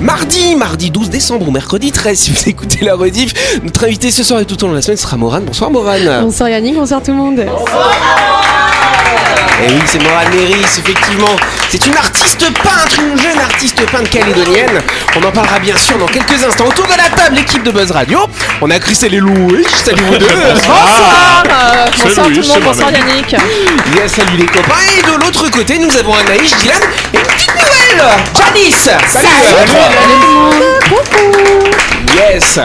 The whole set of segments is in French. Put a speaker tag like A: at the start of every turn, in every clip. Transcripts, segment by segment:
A: Mardi, mardi 12 décembre ou mercredi 13, si vous écoutez la rediff, notre invité ce soir et tout au long de la semaine sera Morane. Bonsoir
B: Ah.
A: Morane.
C: Bonsoir Yannick, bonsoir tout le monde.
A: Et Eh oui, c'est Morane Méris, effectivement. C'est une artiste peintre, une jeune artiste peintre calédonienne. On en parlera bien sûr dans quelques instants. Autour de la table, l'équipe de Buzz Radio. On a Christelle et Louis. Salut vous deux.
B: Ah.
C: Bonsoir, euh,
D: c'est
C: bonsoir
D: Louis,
C: tout le monde,
D: c'est
C: bonsoir
D: moi-même.
C: Yannick.
A: Il y a salut les copains. Et de l'autre côté, nous avons Anaïs, Dylan et une petite nouvelle. Janice. Salut. Yes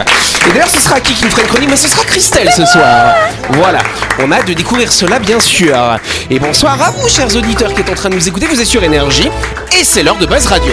A: Et d'ailleurs, ce sera qui qui nous fera une chronique Mais ce sera Christelle ce soir. Voilà, on a hâte de découvrir cela, bien sûr. Et bonsoir à vous, chers auditeurs qui êtes en train de nous écouter. Vous êtes sur Énergie et c'est l'heure de Buzz Radio.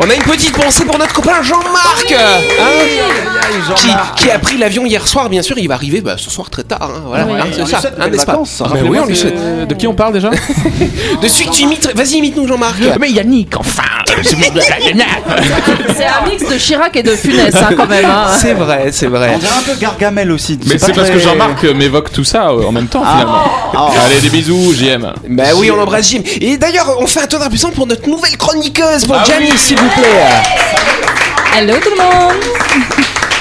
A: On a une petite pensée pour notre copain Jean-Marc hein, qui, qui a pris l'avion hier soir, bien sûr. Il va arriver bah, ce soir très tard. hein, voilà,
C: Oui.
A: hein, c'est ça, hein, n'est-ce pas Ben oui,
D: Rappelez-moi,
A: on lui
D: c'est-
A: souhaite.
D: De qui on parle déjà
A: De suite, tu imites. Vas-y, imite-nous, Jean-Marc.
D: Euh, Mais Yannick, enfin
C: C'est un mix de Chirac et de Funès hein, quand même. hein.
A: C'est vrai, c'est vrai.
B: On dirait un peu Gargamel aussi.
D: Mais c'est parce
B: très-
D: que Jean-Marc m'évoque tout ça euh, en même
A: Ah.
D: temps finalement. Allez, des bisous, JM.
A: Bah oui, on embrasse Jim. Et d'ailleurs, on fait un tonnerre puissant pour notre nouvelle chroniqueuse, pour
D: Ah
A: Janice,
D: oui.
A: s'il vous plaît.
C: Hello tout le monde.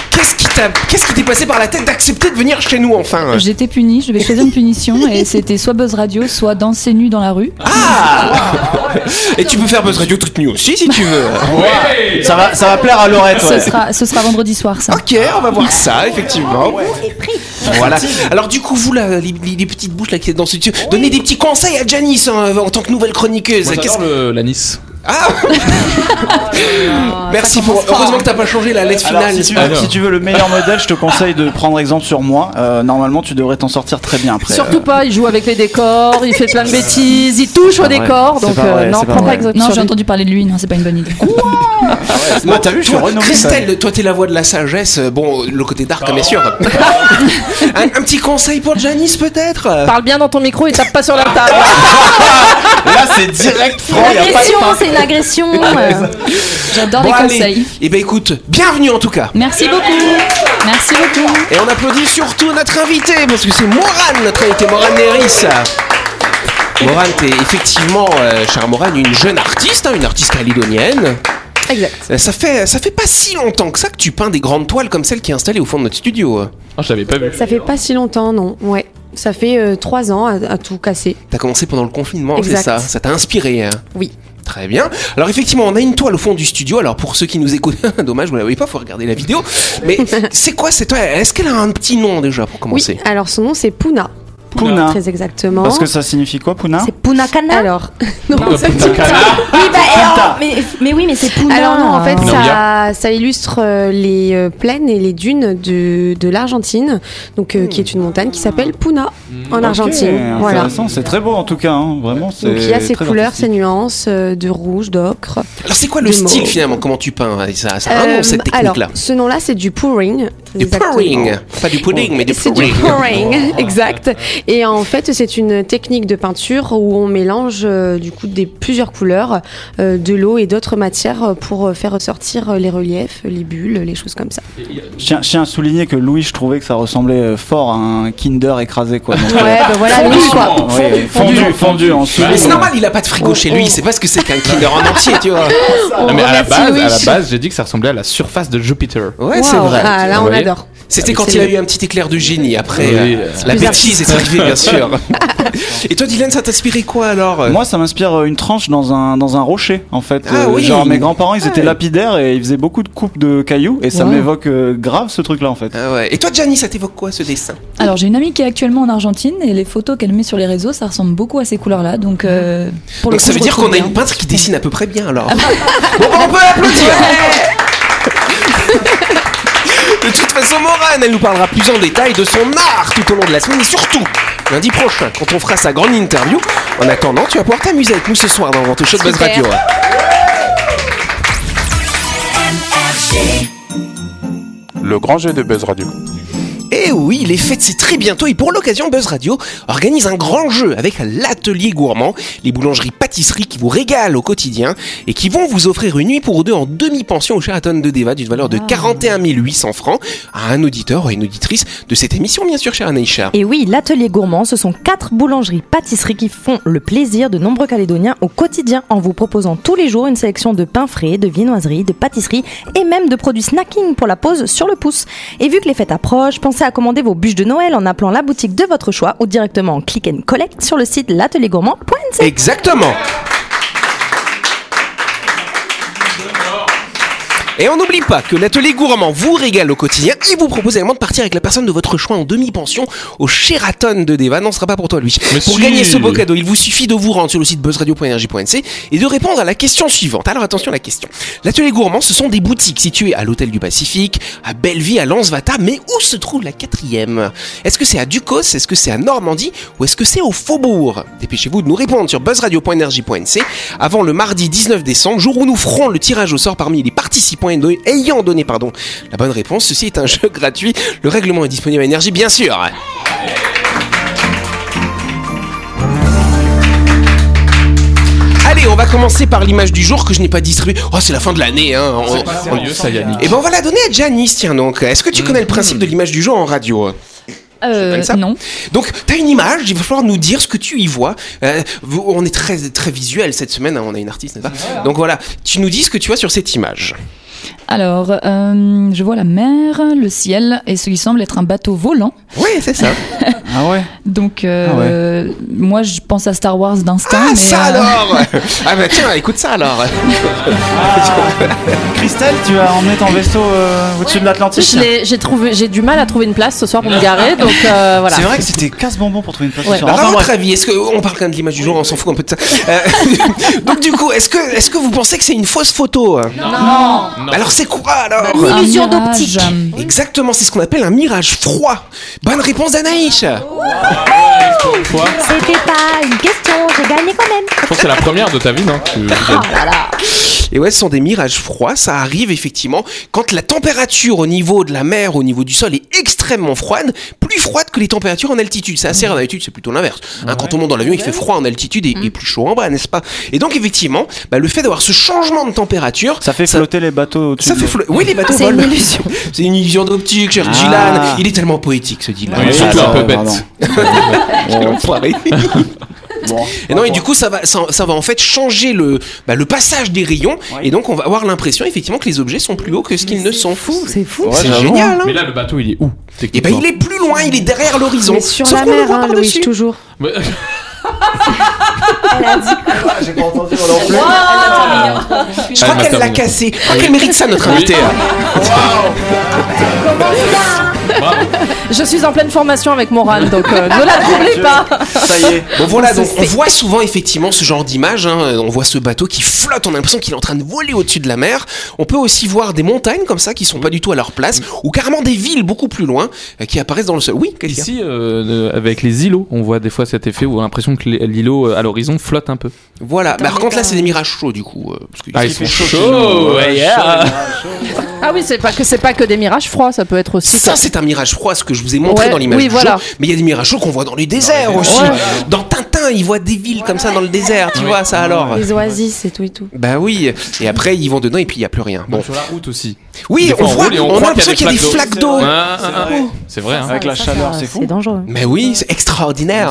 A: Qu'est-ce qui t'a, qu'est-ce qui t'est passé par la tête d'accepter de venir chez nous enfin
E: J'étais punie, je vais choisir une punition et c'était soit Buzz Radio, soit danser nu dans la rue.
A: Ah Et tu peux faire Buzz Radio toute nuit aussi si tu veux.
B: Ça va, ça va plaire à Laurette.
E: Ce,
B: ouais.
E: sera, ce sera vendredi soir, ça.
A: Ok, on va voir ça effectivement. Voilà. Alors du coup, vous là, les, les- les petites bouches là qui êtes dans ce studio, donnez des petits conseils à Janice hein, en tant que nouvelle chroniqueuse.
D: Moi,
A: Qu'est-ce-
D: j'adore le- la Nice.
A: Ah Merci
B: Bah,
A: pour. Heureusement que t'as pas changé la lettre
B: Alors,
A: finale.
B: si,
A: n'est-ce
B: tu
A: pas
B: veux, si tu veux le meilleur modèle, je te conseille de prendre exemple sur moi. Euh, normalement, tu devrais t'en sortir très bien après.
C: Surtout pas, il joue avec les décors, il fait plein de bêtises, il touche au
B: pas vrai.
C: décor.
B: C'est
C: Donc
B: pas
C: euh,
B: vrai,
C: non,
B: c'est pas
C: prends pas
B: vrai.
C: exemple
E: Non,
C: sur
E: j'ai
C: lui.
E: entendu parler de lui, non, c'est pas une bonne idée.
B: Ah Moi, Bah, t'as vu, je suis
A: Toi,
B: renommé.
A: Christelle, toi t'es la voix de la sagesse. Euh, Bon, le côté dark, bien sûr. un, un petit conseil pour Janice peut-être
C: Parle bien dans ton micro et tape pas sur la table.
B: Là, c'est direct franc. y a pas-
F: Agression, c'est une agression. euh.
E: J'adore les conseils.
A: Et ben écoute, bienvenue en tout cas.
E: Merci beaucoup. Merci beaucoup.
A: Et on applaudit surtout notre invité parce que c'est Morane, notre invité Morane Neris. Morane, t'es effectivement, euh, chère Morane, une jeune artiste, hein, une artiste calédonienne.
C: Exact.
A: Euh, Ça fait, ça fait pas si longtemps que ça que tu peins des grandes toiles comme celle qui est installée au fond de notre studio.
D: Ah, je l'avais pas vu.
G: Ça fait pas si longtemps, non. Ouais. Ça fait euh, trois ans à, à tout casser.
A: T'as commencé pendant le confinement, c'est
G: Exact.
A: ça Ça t'a inspiré hein
G: Oui.
A: Très bien. Alors effectivement, on a une toile au fond du studio. Alors pour ceux qui nous écoutent, dommage, vous la voyez pas, faut regarder la vidéo. Mais c'est quoi cette toile Est-ce qu'elle a un petit nom déjà pour
G: Oui.
A: commencer
G: Alors son nom c'est Puna.
B: Puna.
G: Très exactement.
B: Parce que ça signifie quoi, Puna
F: C'est Puna Kana
G: Alors, non,
D: Oh,
G: ça-
F: Oui, bah, alors, mais, mais oui, mais c'est Puna.
G: alors non, en fait,
D: Puna.
G: ça, ça illustre euh, les euh, plaines et les dunes de, de l'Argentine, donc euh, qui est une montagne qui s'appelle Puna
A: Mm.
G: en
B: Ok,
G: Argentine. Voilà.
B: intéressant, C'est très beau en tout cas, hein. vraiment. c'est
G: Donc il y a ces
B: très
G: couleurs, ces
B: artistique.
G: nuances euh, de rouge, d'ocre.
A: Alors c'est quoi le
G: Du
A: style
G: mauve.
A: finalement Comment tu peins Ça, ça a un nom
G: Euh,
A: Ah cette
G: alors,
A: technique-là.
G: ce nom-là, c'est du pouring.
A: Du
G: Exactement.
A: pouring, pas du pudding, mais du
G: C'est du
A: pouring. Oh.
G: pouring, exact. Et en fait, c'est une technique de peinture où on mélange euh, du coup des plusieurs couleurs, euh, de l'eau et d'autres matières euh, pour euh, faire ressortir euh, les reliefs, les bulles, les choses comme ça.
B: Je tiens, je tiens à souligner que Louis, je trouvais que ça ressemblait euh, fort à un Kinder écrasé, quoi. Donc, euh,
G: Ouais, ben voilà, lui, quoi.
B: ouais, fondu, fondu,
D: Bah,
B: en sous.
G: Bah
A: Mais c'est normal, il a pas de frigo chez lui. C'est pas ce que c'est qu'un Kinder en entier, tu vois.
D: Non, Ah, mais à la
G: remercie
D: base, à la
G: Louis.
D: base, j'ai dit que ça ressemblait à la surface de Jupiter.
A: Ouais, c'est
G: Waouh,
A: vrai.
G: Ah, là,
D: Vous
G: on
D: voyez
G: adore.
A: C'était quand
G: C'est
A: il a
G: le-
A: eu un petit éclair de génie après.
D: Oui,
A: euh,
D: c'est
A: la
G: plus
A: bêtise est arrivée, bien sûr. Et toi, Dylan, ça t'a inspiré quoi alors
B: Moi, ça m'inspire euh, une tranche dans un, dans un rocher, en fait. Euh,
A: Ah oui.
B: Genre, mes grands-parents, ils étaient lapidaires et ils faisaient beaucoup de coupes de cailloux. Et ça
E: Wow.
B: m'évoque euh, grave ce truc-là, en fait.
A: Ah ouais. Et toi, Gianni, ça t'évoque quoi ce dessin
E: Alors, j'ai une amie qui est actuellement en Argentine et les photos qu'elle met sur les réseaux, ça ressemble beaucoup à ces couleurs-là. Donc, euh, pour le
A: Donc
E: coup,
A: ça
E: je
A: veut dire
E: retrouve
A: qu'on a
E: bien.
A: une peintre qui dessine à peu près bien alors. bon, bah, on peut l'applaudir. De toute façon, Morane, elle nous parlera plus en détail de son art tout au long de la semaine et surtout lundi prochain, quand on fera sa grande interview. En attendant, tu vas pouvoir t'amuser avec nous ce soir dans Vente Show de Buzz
G: Super.
A: Radio. hein.
D: Le grand jeu de Buzz Radio.
A: Et Eh oui, les fêtes, c'est très bientôt. Et pour l'occasion, Buzz Radio organise un grand jeu avec l'atelier gourmand, les boulangeries-pâtisseries qui vous régalent au quotidien et qui vont vous offrir une nuit pour deux en demi-pension au Sheraton de Deva d'une valeur de 41 800 francs à un auditeur ou une auditrice de cette émission, bien sûr, chère Anaïcha.
H: Et oui, l'atelier gourmand, ce sont quatre boulangeries pâtisseries qui font le plaisir de nombreux Calédoniens au quotidien en vous proposant tous les jours une sélection de pains frais, de viennoiseries, de pâtisseries et même de produits snacking pour la pause sur le pouce. Et vu que les fêtes approchent, pensez à commander vos bûches de Noël en appelant la boutique de votre choix ou directement en click and collect sur le site l'ateliergourmand.nc.
A: Exactement. Et on n'oublie pas que l'atelier gourmand vous régale au quotidien et vous propose également de partir avec la personne de votre choix en demi-pension au Sheraton de Deva. Non, ce sera pas pour toi, Louis.
D: Mais
A: pour
D: si.
A: gagner ce beau cadeau, il vous suffit de vous rendre sur le site buzzradio.energie.nc et de répondre à la question suivante. Alors attention à la question. L'atelier gourmand, ce sont des boutiques situées à l'Hôtel du Pacifique, à Belleville, à Lansvata, mais où se trouve la quatrième Est-ce que c'est à Ducos Est-ce que c'est à Normandie Ou est-ce que c'est au Faubourg Dépêchez-vous de nous répondre sur buzzradio.energie.nc avant le mardi 19 décembre, jour où nous ferons le tirage au sort parmi les participants et don- ayant donné pardon, la bonne réponse. Ceci est un jeu gratuit. Le règlement est disponible à Énergie, bien sûr. Allez, on va commencer par l'image du jour que je n'ai pas distribuée. Oh, c'est la fin de l'année, hein. On-
D: Sérieux, ça, Yannick
A: et ben on va la donner à Janice, tiens donc. Est-ce que tu connais le principe de l'image du jour en radio
E: Euh,
A: comme ça.
E: non.
A: Donc, t'as une image, il va falloir nous dire ce que tu y vois. Euh, vous- on est très, très visuel cette semaine, hein, on a une artiste, n'est-ce pas Donc voilà, tu nous dis ce que tu vois sur cette image.
E: Alors, euh, je vois la mer, le ciel et ce qui semble être un bateau volant.
A: Oui, c'est ça.
B: Ah ouais
E: Donc, euh, moi, je pense à Star Wars d'instinct.
A: Ah,
E: mais,
A: ça
E: euh,
A: alors Ah bah tiens, écoute ça alors
B: Christelle, tu as emmené ton vaisseau euh, au-dessus de l'Atlantique
C: Je l'ai- J'ai trouvé, j'ai du mal à trouver une place ce soir pour me garer, donc euh, voilà.
B: C'est vrai que c'était casse-bonbon pour trouver une place
C: Ouais.
B: sur
A: Alors, Bah, à
B: Enfin, bref.
A: votre avis, est-ce que on parle quand même de l'image du jour, on s'en fout un peu de ça. Euh, donc du coup, est-ce que est-ce que vous pensez que c'est une fausse photo
E: Non.
A: Alors c'est quoi alors
E: Un
H: Illusion
E: mirage.
H: d'optique.
E: euh,
A: Exactement, c'est ce qu'on appelle un mirage froid. Bonne réponse d'Anaïs.
C: Ah,
D: Pourquoi
F: C'était pas une question, j'ai gagné quand même.
D: Je pense que c'est la première de ta vie, non Tu-
A: Ah. Et ouais, ce sont des mirages froids. Ça arrive effectivement quand la température au niveau de la mer, au niveau du sol est extrêmement froide, plus froide que les températures en altitude. C'est
C: Mm.
A: assez rare en altitude, c'est plutôt l'inverse. Hein, Quand on monte dans l'avion, il fait froid en altitude et, et plus chaud en bas, n'est-ce pas Et donc effectivement, bah, le fait d'avoir ce changement de température,
B: Ça fait
A: ça-
B: flotter les bateaux au-dessus.
A: ça fait
B: de-
A: flo- Oui, les bateaux
C: Ah, C'est une
A: volent.
C: illusion.
A: C'est une illusion d'optique, cher
B: Ah.
A: Dylan. Il est tellement poétique, ce Ah, Dylan.
D: Oui, surtout
B: alors,
D: un peu bête.
B: pardon. Bon.
A: Et non, et du coup, ça va, ça, ça va en fait changer le, bah, le passage des rayons.
B: Ouais.
A: Et donc, on va avoir l'impression, effectivement, que les objets sont plus hauts que ce qu'ils ne sont. fous.
G: C'est fou.
B: Ouais,
A: C'est
B: j'avoue.
A: génial, hein
D: Mais là, le bateau, il est où
A: Et ben, il est plus loin, il est derrière l'horizon.
G: Mais sur
A: Sauf
G: la
A: qu'on le
G: mer,
A: voit
G: hein, Louis,
A: par-dessus.
G: toujours.
D: Mais-
A: Ah, Je crois
D: Ah,
A: qu'elle l'a
D: madame.
A: cassé. Je crois qu'elle mérite ça,
G: Ah,
A: notre invité. hein.
C: Je suis en pleine formation avec Morane, donc euh, ne la troublez pas.
B: Ça y est.
A: Bon voilà, donc on voit souvent effectivement ce genre d'image. hein. On voit ce bateau qui flotte, on a l'impression qu'il est en train de voler au-dessus de la mer. On peut aussi voir des montagnes comme ça qui sont pas du tout à leur place,
G: Mm.
A: ou carrément des villes beaucoup plus loin euh, qui apparaissent dans le sol. Oui, Katia.
D: Ici, euh, euh, avec les îlots, on voit des fois cet effet où on a l'impression que les- l'îlot euh, à l'horizon flotte un peu.
A: Voilà. Mais par contre là, c'est des mirages chauds du coup. euh, parce que-
D: Ah, ils
B: Il fait
D: sont
B: chaud
D: chauds,
B: chez nous.
D: ouais,
B: Ouais,
D: yeah.
B: chaud, chaud.
C: Ah oui, c'est pas que c'est pas que des mirages froids, ça peut être aussi.
A: Ça, c'est un mirage froid, ce que je vous ai montré
C: Ouais,
A: dans l'image
C: oui,
A: du
C: voilà.
A: jour. Mais il y a des mirages chauds qu'on voit dans les déserts aussi. Dans Tintin, ils voient des villes comme ça dans le désert, tu vois ça alors
G: Les oasis et tout et tout.
A: Bah oui. Et après, ils vont dedans et puis il n'y a plus rien. Bon.
D: Sur la route aussi.
A: Oui,
D: Des
A: on
D: fois, on
A: voit,
D: roule et on
A: on a
D: croit
A: l'impression qu'il y a des flaques d'eau.
D: Ah,
B: C'est
D: ah,
B: vrai.
D: ah. C'est vrai, hein.
B: Avec la chaleur, c'est fou.
H: C'est dangereux.
A: Mais oui, c'est extraordinaire.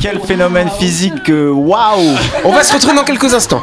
B: Quel phénomène physique que waouh
A: On va se retrouver dans quelques instants.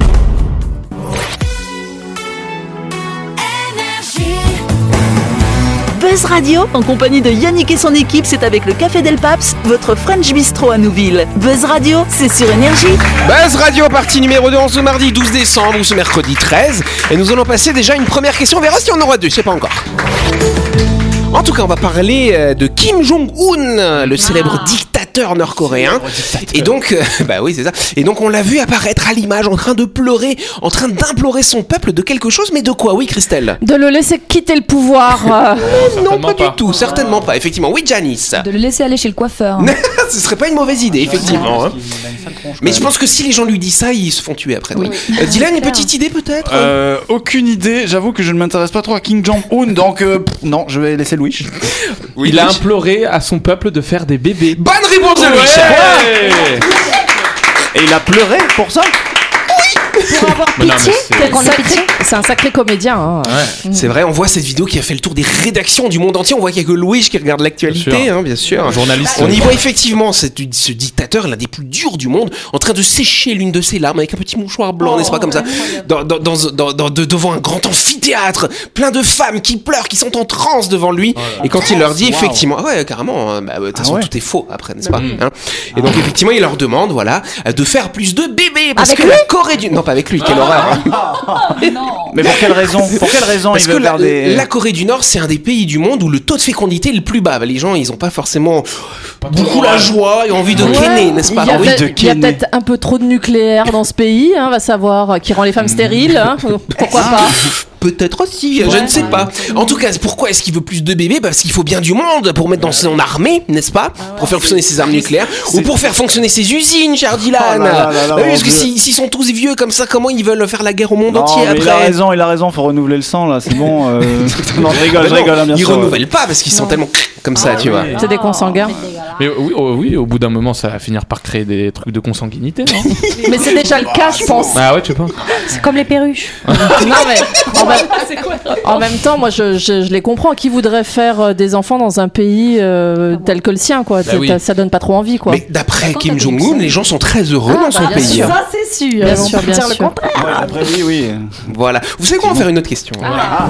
F: Buzz
I: Buzz Radio, en compagnie de Yannick et son équipe, c'est avec le Café Del Paps, votre French Bistro à Nouville. Buzz Radio, c'est sur Énergie.
A: Buzz Radio, partie numéro 2 en ce mardi 12 décembre ou ce mercredi 13. Et nous allons passer déjà une première question. On verra si on en aura deux, je sais pas encore. En tout cas, on va parler euh, de Kim Jong-un, le célèbre dictateur nord-coréen. Et donc, euh, bah oui, c'est ça. Et donc, on l'a vu apparaître à l'image en train de pleurer, en train d'implorer son peuple de quelque chose, mais de quoi Oui, Christelle
C: De le laisser quitter le pouvoir. euh.
A: Mais Non, pas, du tout, certainement pas. Effectivement, oui, Janice.
E: De le laisser aller chez le coiffeur.
A: Ce serait pas une mauvaise idée, effectivement. hein. Mais je pense que si les gens lui disent ça, ils se font tuer après. donc. Euh, Dylan, une petite idée peut-être
B: Euh, aucune idée, j'avoue que je ne m'intéresse pas trop à King Jong-un, donc euh, pff, non, je vais laisser Louis.
D: Il a imploré à son peuple de faire des bébés.
A: Bonne réponse de Louis
B: Et il a pleuré pour ça
C: Pour avoir
D: Mais non, mais
C: pitié,
D: c'est-
C: quel sacré- c'est un sacré comédien. hein.
A: C'est vrai, on voit cette vidéo qui a fait le tour des rédactions du monde entier. On voit qu'il y a que Louis qui regarde l'actualité,
D: Bien sûr.
A: hein, bien sûr.
D: Un journaliste.
A: On y voit effectivement cette- ce dictateur, l'un des plus durs du monde, en train de sécher l'une de ses larmes avec un petit mouchoir blanc, n'est-ce pas, comme ça, dans, dans- dans- dans- dans- de- devant un grand amphithéâtre, plein de femmes qui pleurent, qui sont en transe devant lui. et quand il leur dit
B: Waouh.
A: effectivement, Ah ouais, carrément, hein, bah, de toute façon,
B: ouais.
A: tout est faux après, n'est-ce pas hein. Et donc, effectivement, il leur demande, voilà, euh, de faire plus de bébés. Parce
C: Avec
A: que la Corée du. Non, pas avec lui, quelle horreur. hein.
B: Mais pour quelle raison Pour quelle raison
A: Parce
B: il
A: que
B: veut
A: la,
B: faire des...
A: la Corée du Nord, c'est un des pays du monde où le taux de fécondité est le plus bas. Les gens, ils n'ont pas forcément beaucoup la joie et envie de
C: Ouais.
A: kenner, n'est-ce pas
C: Il y a
A: Oui.
C: peut-être
B: Ah de
C: il y a
B: Kené.
C: peut-être un peu trop de nucléaire dans ce pays, hein, va savoir, euh, qui rend les femmes stériles. hein. Pourquoi pas
A: Peut-être aussi, je ne sais pas. En tout cas, pourquoi est-ce qu'il veut plus de bébés Parce qu'il faut bien du monde pour mettre dans son armée, n'est-ce pas
B: Ah
A: Pour faire fonctionner ses armes nucléaires ou pour faire fonctionner ses usines, cher Dylan. Bah
B: Oh là là là là,
A: Oui,
B: mon
A: parce que
B: Dieu.
A: s'ils s'ils sont tous vieux comme ça, comment ils veulent faire la guerre au monde
B: Non,
A: entier
B: mais il a
A: après
B: raison, il a raison, faut renouveler le sang là, c'est bon. euh, non, je rigole,
A: Mais Bah
B: je
A: non,
B: rigole, hein, bien
A: Ils
B: sûr. Ah
A: renouvellent pas parce qu'ils sont tellement comme ça, tu vois.
C: C'est des consanguins.
D: Mais oui, oh, oui, au bout d'un moment, ça va finir par créer des trucs de consanguinité, non
C: Mais c'est déjà le cas, je pense.
D: Ah ouais, tu penses
H: C'est comme les perruches.
C: Non, mais en même, en même temps, moi, je, je- je les comprends. Qui voudrait faire euh, des enfants dans un pays euh, tel que le sien, quoi
D: Bah
C: C'est-
D: oui.
C: t'as- Ça donne pas trop envie, quoi.
A: Mais d'après
E: Quand
A: Kim
E: t'as dit
A: Jong-un,
E: ça. Ah,
A: les gens sont très heureux dans son
C: bah, bien
A: pays. hein.
C: sûr.
H: Ça, Ah, c'est sûr.
C: Bien
H: On
C: sûr,
H: peut
C: bien
H: dire le
C: sûr.
H: contraire.
B: Ouais, après, oui, oui.
A: Voilà. Vous savez quoi, on va faire une autre question. Ah.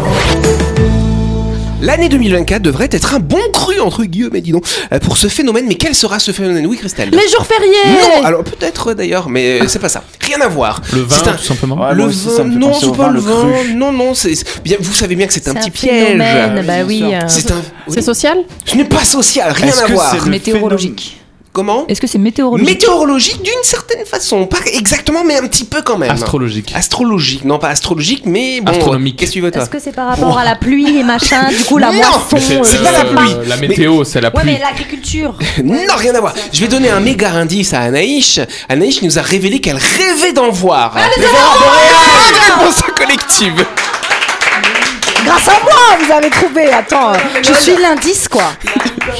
A: L'année 2024 devrait être un bon cru, entre guillemets, dis donc, euh, pour ce phénomène. Mais quel sera ce phénomène Oui, Christelle
C: Les jours fériés
A: Non Alors peut-être euh, d'ailleurs, mais euh, c'est pas ça. Rien à voir.
D: Le vin,
A: C'est un-
D: tout simplement.
B: Ouais,
A: le
B: Ah, moi aussi,
A: vin,
B: ça me fait
A: non,
B: penser
A: c'est
B: au
A: pas
B: vin,
A: le
B: le
A: vin.
B: cru.
A: Non, non, c'est c'est- bien. Vous savez bien que c'est un
H: C'est
A: petit
H: un
A: piège.
H: phénomène, Bah oui. euh,
A: C'est un. oui.
C: C'est social
A: Ce n'est pas social, rien
B: Est-ce
A: à
B: que
A: voir.
B: c'est le
E: Météorologique.
A: Comment
E: Est-ce que c'est météorologique
A: Météorologique d'une certaine façon, pas exactement, mais un petit peu quand même.
D: Astrologique.
A: Astrologique, non pas astrologique, mais bon.
D: Astronomique.
A: Qu'est-ce que tu veux toi
H: Est-ce que c'est par rapport à la pluie et machin Du coup, la
A: Non,
H: moisson.
D: Mais
H: euh,
A: c'est pas la pluie.
D: La météo, c'est la
H: Ouais,
D: pluie.
H: mais l'agriculture.
A: Non, rien à voir. Je vais donner un méga indice à Anaïs. Anaïs nous a révélé qu'elle rêvait d'en voir.
H: Ah,
A: Les aurores boréales Réponse collective
H: Grâce à moi, vous avez trouvé. Attends, euh, je suis l'indice, quoi.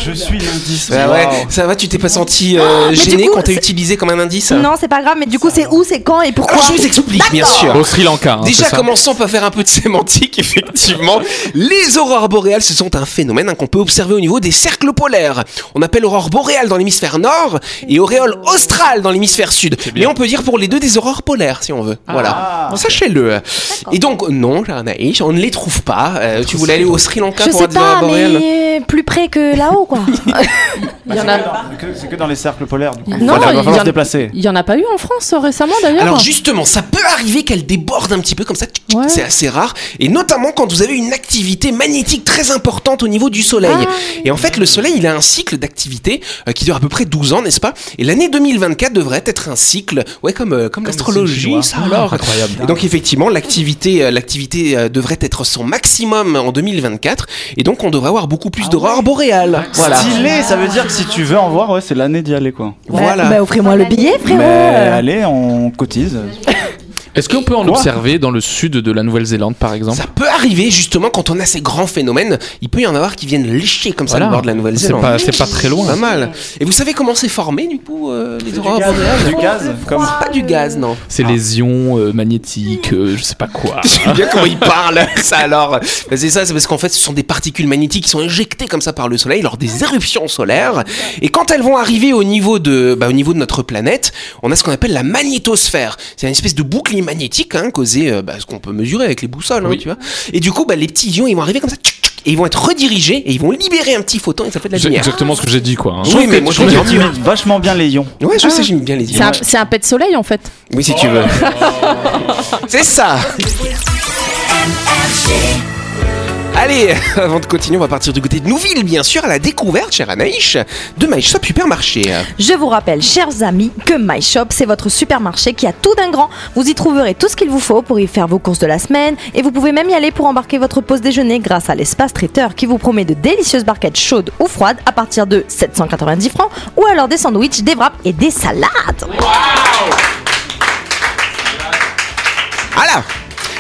B: Je suis l'indice.
A: Bah ouais, ça va, tu t'es pas senti euh,
H: Ah, mais
A: gêné
H: du coup,
A: quand t'as
H: c'est-
A: utilisé comme un indice
H: Non, c'est pas grave, mais du coup, c'est où, c'est quand et pourquoi
A: Alors je vous explique, bien sûr.
D: Au Sri Lanka. hein,
A: Déjà
D: c'est ça
A: commençons par faire un peu de sémantique, effectivement. Les aurores boréales, ce sont un phénomène hein, qu'on peut observer au niveau des cercles polaires. On appelle aurore boréale dans l'hémisphère nord et auréole australe dans l'hémisphère sud. Mais on peut dire pour les deux des aurores polaires si on veut.
D: Ah.
A: Voilà. Sachez-le. Et donc, non, Anaïs, on ne les trouve pas. Euh, tu voulais aller au Sri Lanka
H: Je
A: pour voir
H: sais
A: des aurores
H: pas,
A: boréales
H: mais plus près que là-haut, quoi.
C: Il y en a.
B: C'est que dans les cercles polaires, du coup.
C: Non,
B: Voilà, va
C: il y
B: falloir
C: en-
B: se déplacer.
C: Il y en a pas eu en France euh, récemment,
E: Ah.
C: d'ailleurs.
A: Alors justement, ça peut arriver qu'elle déborde un petit peu comme ça. tchic, tchic,
C: Ouais.
A: C'est assez rare. Et notamment quand vous avez une activité magnétique très importante au niveau du Soleil. Et en fait, le Soleil, il a un cycle d'activité euh, qui dure à peu près 12 ans, n'est-ce pas Et l'année 2024 devrait être un cycle, ouais, comme, euh, comme l'astrologie,
B: chinois.
A: ça alors.
D: Incroyable.
A: Et donc effectivement, l'activité, euh, l'activité euh, devrait être son maximum en 2024. Et donc on devrait avoir beaucoup plus d'aurores boréales. Voilà.
B: Stylé, ça veut dire que si tu veux en voir, ouais, c'est l'année d'y aller quoi.
A: Voilà.
H: Bah, offrez-moi le billet,
B: Mais
H: frérot.
B: allez, on cotise.
D: Est-ce qu'on peut en
B: Quoi
D: observer dans le sud de la Nouvelle-Zélande, par exemple
A: Ça peut arriver justement quand on a ces grands phénomènes. Il peut y en avoir qui viennent lécher comme ça
D: Voilà.
A: le bord de la
D: C'est
A: Nouvelle-Zélande.
D: pas, c'est pas très
A: Pas
D: loin.
A: mal. Et vous savez comment c'est formé du coup euh, les aurores boréales
B: Du gaz, comme.
A: Pas du gaz, non.
D: C'est les ions euh, magnétiques, euh, je sais pas quoi.
A: J'aime bien comment ils parlent, ça alors. Ben, c'est ça, c'est parce qu'en fait, ce sont des particules magnétiques qui sont injectées comme ça par le soleil lors des éruptions solaires. Et quand elles vont arriver au niveau de, bah, au niveau de notre planète, on a ce qu'on appelle la magnétosphère. C'est une espèce de bouclier magnétique, hein, causé, euh, bah, ce qu'on peut mesurer avec les boussoles, hein,
D: Oui.
A: tu vois. Et du coup, bah, les petits ions, ils vont arriver comme ça. tchouc, tchouc, et ils vont être redirigés et ils vont libérer un petit photon et ça fait de la
D: C'est
A: lumière.
D: exactement ce que j'ai dit, quoi. hein.
A: Je trouve Oui, que mais moi, tu je trouve l'imite que-
B: vachement bien les ions.
A: Ouais, je sais, j'aime bien les
C: C'est un, c'est un pet de soleil en fait.
A: Oui, si tu veux. C'est ça. Allez, avant de continuer, on va partir du côté de Nouville, bien sûr, à la découverte, chère Anaïs, de My Shop Supermarché.
H: Je vous rappelle, chers amis, que My Shop, c'est votre supermarché qui a tout d'un grand. Vous y trouverez tout ce qu'il vous faut pour y faire vos courses de la semaine et vous pouvez même y aller pour embarquer votre pause déjeuner grâce à l'espace traiteur qui vous promet de délicieuses barquettes chaudes ou froides à partir de 790 francs ou alors des sandwichs, des wraps et des salades.
A: Ah là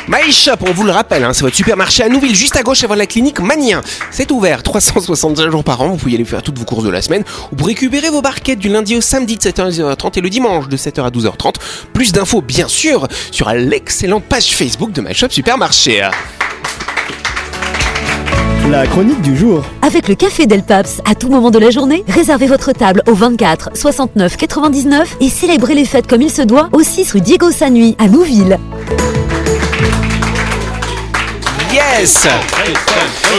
A: My Shop, on vous le rappelle, hein, c'est votre supermarché à Nouville, juste à gauche avant la clinique Manien. C'est ouvert 365 jours par an, vous pouvez y aller faire toutes vos courses de la semaine ou pour récupérer vos barquettes du lundi au samedi de 7h à 10h30 et le dimanche de 7h à 12h30. Plus d'infos, bien sûr, sur l'excellente page Facebook de My Shop Supermarché.
J: La chronique du jour.
F: Avec le café Del Paps, à tout moment de la journée, réservez votre table au 24 69 99 et célébrez les fêtes comme il se doit au 6 rue Diego Sanui à Nouville.
A: Yes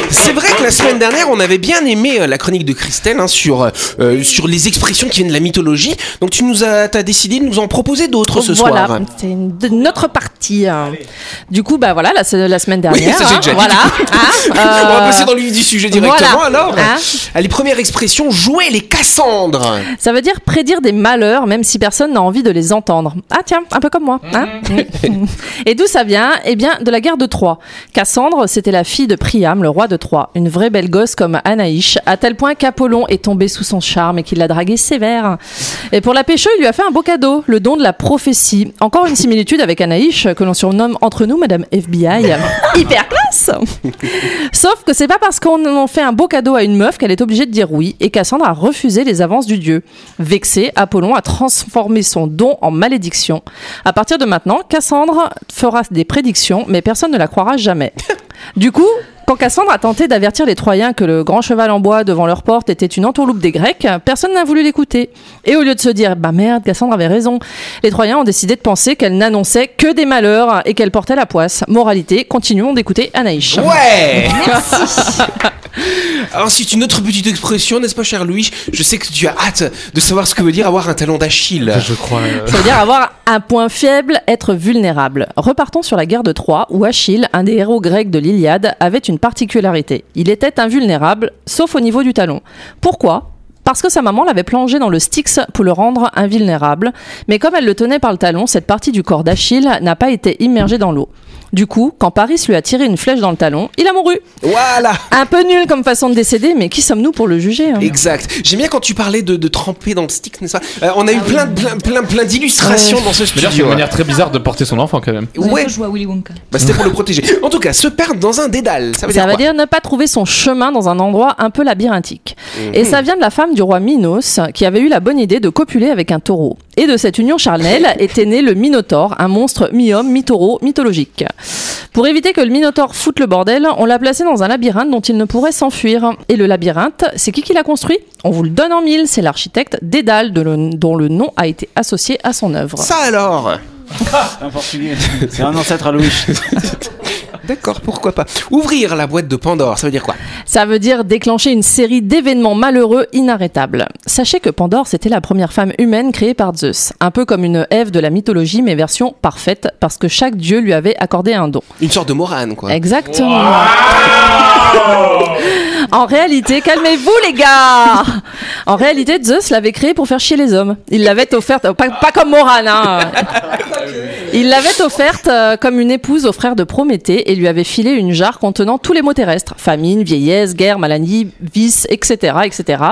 A: C'est vrai que la semaine dernière, on avait bien aimé euh, la chronique de Christelle hein, sur, euh, sur les expressions qui viennent de la mythologie. Donc tu nous as, t'as décidé de nous en proposer d'autres ce
C: voilà, Euh,
A: soir.
C: c'est une, de- une autre partie. hein. Du coup, bah voilà, la, se- la semaine dernière.
A: ça, j'ai
C: hein,
A: déjà dit.
C: voilà. hein,
A: On va
C: euh,
A: passer dans le vif du sujet directement
C: voilà.
A: alors.
C: Hein
A: Allez, première expression, jouer les Cassandres.
C: Ça veut dire prédire des malheurs, même si personne n'a envie de les entendre. Ah tiens, un peu comme moi. hein Mm. Et d'où ça vient Eh bien, de la guerre de Troie. Cassandre, c'était la fille de Priam, le roi de Troie. Une vraie belle gosse comme Anaïs, à tel point qu'Apollon est tombé sous son charme et qu'il l'a draguée sévère. Et pour la pécho, il lui a fait un beau cadeau, le don de la prophétie. Encore une similitude avec Anaïs, que l'on surnomme entre nous Madame FBI. Hyper classe Sauf que c'est pas parce qu'on en fait un beau cadeau à une meuf qu'elle est obligée de dire oui, et Cassandre a refusé les avances du dieu. Vexé, Apollon a transformé son don en malédiction. À partir de maintenant, Cassandre fera des prédictions, mais personne ne la croira jamais. Du coup, quand Cassandre a tenté d'avertir les Troyens que le grand cheval en bois devant leur porte était une entourloupe des Grecs, personne n'a voulu l'écouter. Et au lieu de se dire, bah merde, Cassandre avait raison, les Troyens ont décidé de penser qu'elle n'annonçait que des malheurs et qu'elle portait la poisse. Moralité, continuons d'écouter Anaïs.
A: Ouais Ensuite, une autre petite expression, n'est-ce pas, cher Louis Je sais que tu as hâte de savoir ce que veut dire avoir un talon d'Achille.
D: Je crois. euh,
C: Ça veut dire avoir un point faible, être vulnérable. Repartons sur la guerre de Troie, où Achille, un des héros grecs de l'Iliade, avait une particularité. Il était invulnérable, sauf au niveau du talon. Pourquoi parce que sa maman l'avait plongé dans le Styx pour le rendre invulnérable, mais comme elle le tenait par le talon, cette partie du corps d'Achille n'a pas été immergée dans l'eau. Du coup, quand Paris lui a tiré une flèche dans le talon, il a mouru.
A: Voilà
C: Un peu nul comme façon de décéder, mais qui sommes-nous pour le juger hein
A: Exact. J'aime bien quand tu parlais de, de tremper dans le stick, n'est-ce pas Euh, On a eu plein, de- plein, plein, plein d'illustrations dans ce
D: Je veux dire, c'est
A: studio.
D: une manière très bizarre de porter son enfant quand même.
A: Ouais,
E: Je vois Willy Wonka.
A: bah, c'était pour le protéger. En tout cas, se perdre dans un dédale, ça veut
C: Ça
A: dire
C: veut
A: quoi
C: dire ne pas trouver son chemin dans un endroit un peu labyrinthique.
A: Mhm.
C: Et ça vient de la femme du roi Minos, qui avait eu la bonne idée de copuler avec un taureau. Et de cette union charnelle était né le Minotaure, un monstre mi-homme, mi-taureau, mythologique. Pour éviter que le Minotaure foute le bordel, on l'a placé dans un labyrinthe dont il ne pourrait s'enfuir. Et le labyrinthe, c'est qui qui l'a construit On vous le donne en mille, c'est l'architecte Dédale, de le- dont le nom a été associé à son œuvre.
A: Ça alors
B: Un portugais. C'est un ancêtre à Louis.
A: D'accord, pourquoi pas. Ouvrir la boîte de Pandore, ça veut dire quoi
C: Ça veut dire déclencher une série d'événements malheureux inarrêtables. Sachez que Pandore, c'était la première femme humaine créée par Zeus. Un peu comme une Ève de la mythologie, mais version parfaite, parce que chaque dieu lui avait accordé un don.
A: Une sorte de morane, quoi.
C: Exactement. en réalité, calmez-vous les gars En réalité, Zeus l'avait créé pour faire chier les hommes. Il l'avait offerte, pas, pas comme Moran, hein. Il l'avait offerte euh, comme une épouse au frère de Prométhée et lui avait filé une jarre contenant tous les maux terrestres. Famine, vieillesse, guerre, maladie, vice, etc., etc.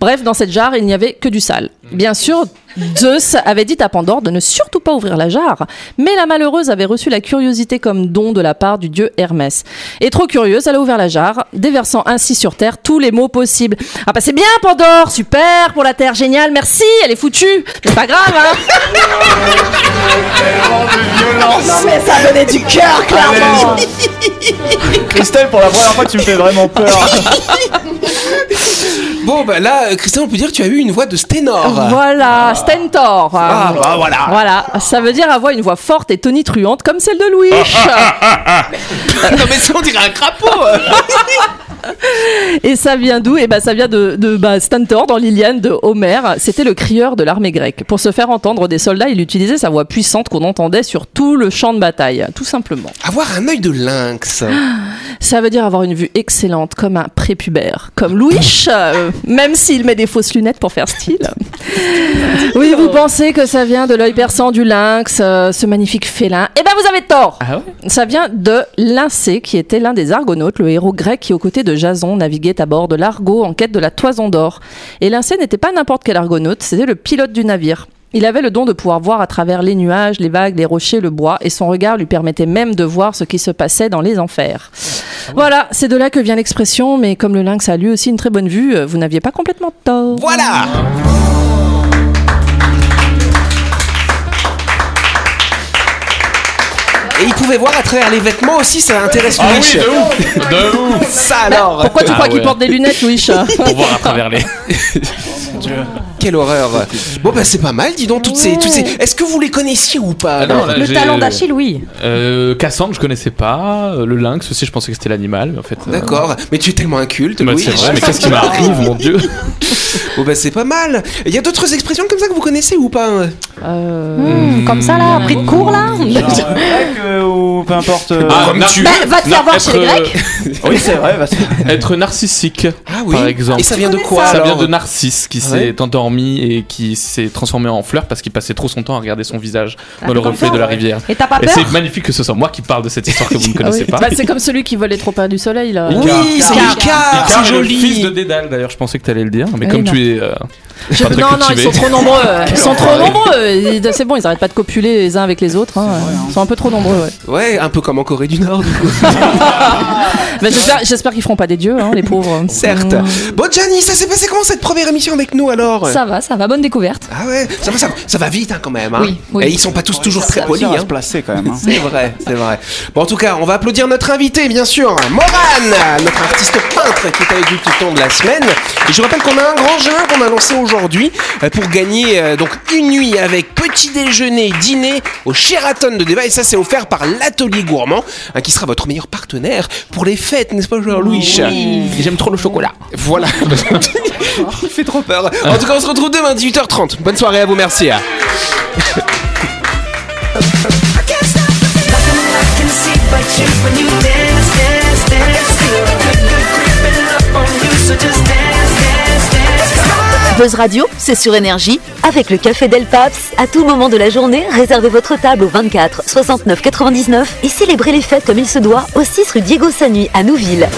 C: Bref, dans cette jarre, il n'y avait que du sale. Bien sûr, Zeus avait dit à Pandore de ne surtout pas ouvrir la jarre, mais la malheureuse avait reçu la curiosité comme don de la part du dieu Hermès. Et trop curieuse, elle a ouvert la jarre, déversant ainsi sur terre tous les maux possibles. Ah bah c'est bien Pandore, super pour la terre, génial, merci, elle est foutue, c'est pas grave hein
J: Non mais ça donnait du cœur, clairement.
B: Christelle, pour la première fois, tu me fais vraiment peur.
A: Bon, bah là, euh, Christian, on peut dire que tu as eu une voix de sténor.
C: Voilà, Stentor.
A: Ah, bah voilà.
C: Voilà, ça veut dire avoir une voix forte et tonitruante comme celle de Louis.
A: non, mais ça, on dirait un crapaud.
C: Et ça vient d'où Et ben ça vient de, de bah, Stentor dans l'Iliade de Homère. C'était le crieur de l'armée grecque. Pour se faire entendre des soldats, il utilisait sa voix puissante qu'on entendait sur tout le champ de bataille, tout simplement.
A: Avoir un œil de lynx.
C: Ça veut dire avoir une vue excellente, comme un prépubère, comme Louis, euh, même s'il met des fausses lunettes pour faire style. Oui, vous pensez que ça vient de l'œil perçant du lynx, euh, ce magnifique félin. Eh ben vous avez tort
D: Ah
C: Ça vient de Lyncée, qui était l'un des Argonautes, le héros grec qui, aux côtés de Jason, naviguait à bord de l'Argo en quête de la Toison d'Or. Et Lyncée n'était pas n'importe quel Argonaute, c'était le pilote du navire. Il avait le don de pouvoir voir à travers les nuages, les vagues, les rochers, le bois, et son regard lui permettait même de voir ce qui se passait dans les enfers.
D: Ah
C: Voilà, c'est de là que vient l'expression, mais comme le lynx a lui aussi une très bonne vue, euh, vous n'aviez pas complètement tort.
A: Voilà Et il pouvait voir à travers les vêtements aussi, ça intéresse
D: Ah
A: Louis.
D: oui, de ouf De ouf
A: Ça alors
C: Pourquoi tu
D: Ah
C: crois qu'il
D: ouais.
C: porte des lunettes, Louis
D: Pour voir à travers les.
A: Quelle horreur Bon bah c'est pas mal, dis donc, toutes ces... Toutes ces... Est-ce que vous les connaissiez ou pas
D: Ah non, là,
H: Le
D: j'ai-
H: talent d'Achille, oui.
D: Euh, Cassandre, je connaissais pas. euh, Le lynx aussi, je pensais que c'était l'animal. mais En fait, euh,
A: D'accord, mais tu es tellement inculte,
D: bah,
A: Louis.
D: c'est vrai, mais qu'est-ce qui m'arrive, mon dieu
A: Bon bah c'est pas mal. Il y a d'autres expressions comme ça que vous connaissez ou pas hein
H: Hmm, Comme ça, là, pris de court, là.
B: Genre, euh, grec, euh, ou peu importe. euh,
A: comme tu
H: Bah, va te
D: Ah, Non,
H: faire voir chez les
D: être,
H: Grecs.
B: Oui, c'est vrai. bah, c'est-
D: euh, être narcissique,
A: Ah oui.
D: par exemple.
A: Et ça vient de quoi
D: Ça
A: alors
D: vient de Narcisse qui
A: Ah
D: s'est endormi et qui s'est transformé en fleur parce qu'il passait trop son temps à regarder son visage dans le
H: comme
D: reflet
H: ça,
D: de la
H: ouais.
D: rivière.
H: Et t'as pas
D: Et
H: peur
D: c'est magnifique que ce soit moi qui parle de cette histoire que vous ne connaissez
E: Ah
D: pas.
C: Ah Bah,
E: Bah,
C: c'est comme celui qui vole les trop du soleil là.
D: Icar.
A: Oui, c'est
H: Icar.
A: Icar,
D: Icar
A: ah, c'est
D: est le fils
A: joli.
D: de Dédale d'ailleurs, je pensais que t'allais le dire, mais
E: Oui,
D: comme
E: non.
D: tu es. euh,
C: Je-
D: pas très
C: non, non, ils
D: cultivé.
C: sont trop nombreux. euh, Ils sont trop nombreux. Ils- C'est bon, ils arrêtent pas de copuler les uns avec les autres. hein. Ils sont un peu trop nombreux. ouais.
A: Ouais, un peu comme en Corée du Nord.
C: Mais Bah, j'espère- J'espère qu'ils feront pas des dieux, hein, les pauvres. Mm.
A: Certes. Bon, Gianni, ça s'est passé comment cette première émission avec nous alors
E: Oh. Ça va, ça va, bonne découverte.
A: Ah ouais, ça va, ça, va- ça va vite hein, quand même. Hein.
E: Oui, oui.
A: Et ils sont pas tous toujours très polis.
B: réussir à
A: hein.
B: se placer quand même. hein.
A: C'est vrai, c'est vrai. Bon, en tout cas, on va applaudir notre invité, bien sûr, hein. Morane, notre artiste peintre qui est avec nous tout le temps de la semaine. Et je vous rappelle qu'on a un grand jeu qu'on a lancé aujourd'hui euh, pour gagner euh, donc une nuit avec petit déjeuner, dîner au Sheraton de Débat. Et ça, c'est offert par l'Atelier Gourmand, hein, qui sera votre meilleur partenaire pour les fêtes, n'est-ce pas, Jean-Louis Et J'aime trop le chocolat. Voilà. Il fait trop peur. En tout cas, on se retrouve demain, 18h30. Bonne soirée à vous, merci. hein.
I: Buzz Radio, c'est sur énergie.
F: Avec le Café Del Paps, à tout moment de la journée, réservez votre table au 24 69 99 et célébrez les fêtes comme il se doit au 6 rue Diego Sanui à Nouville.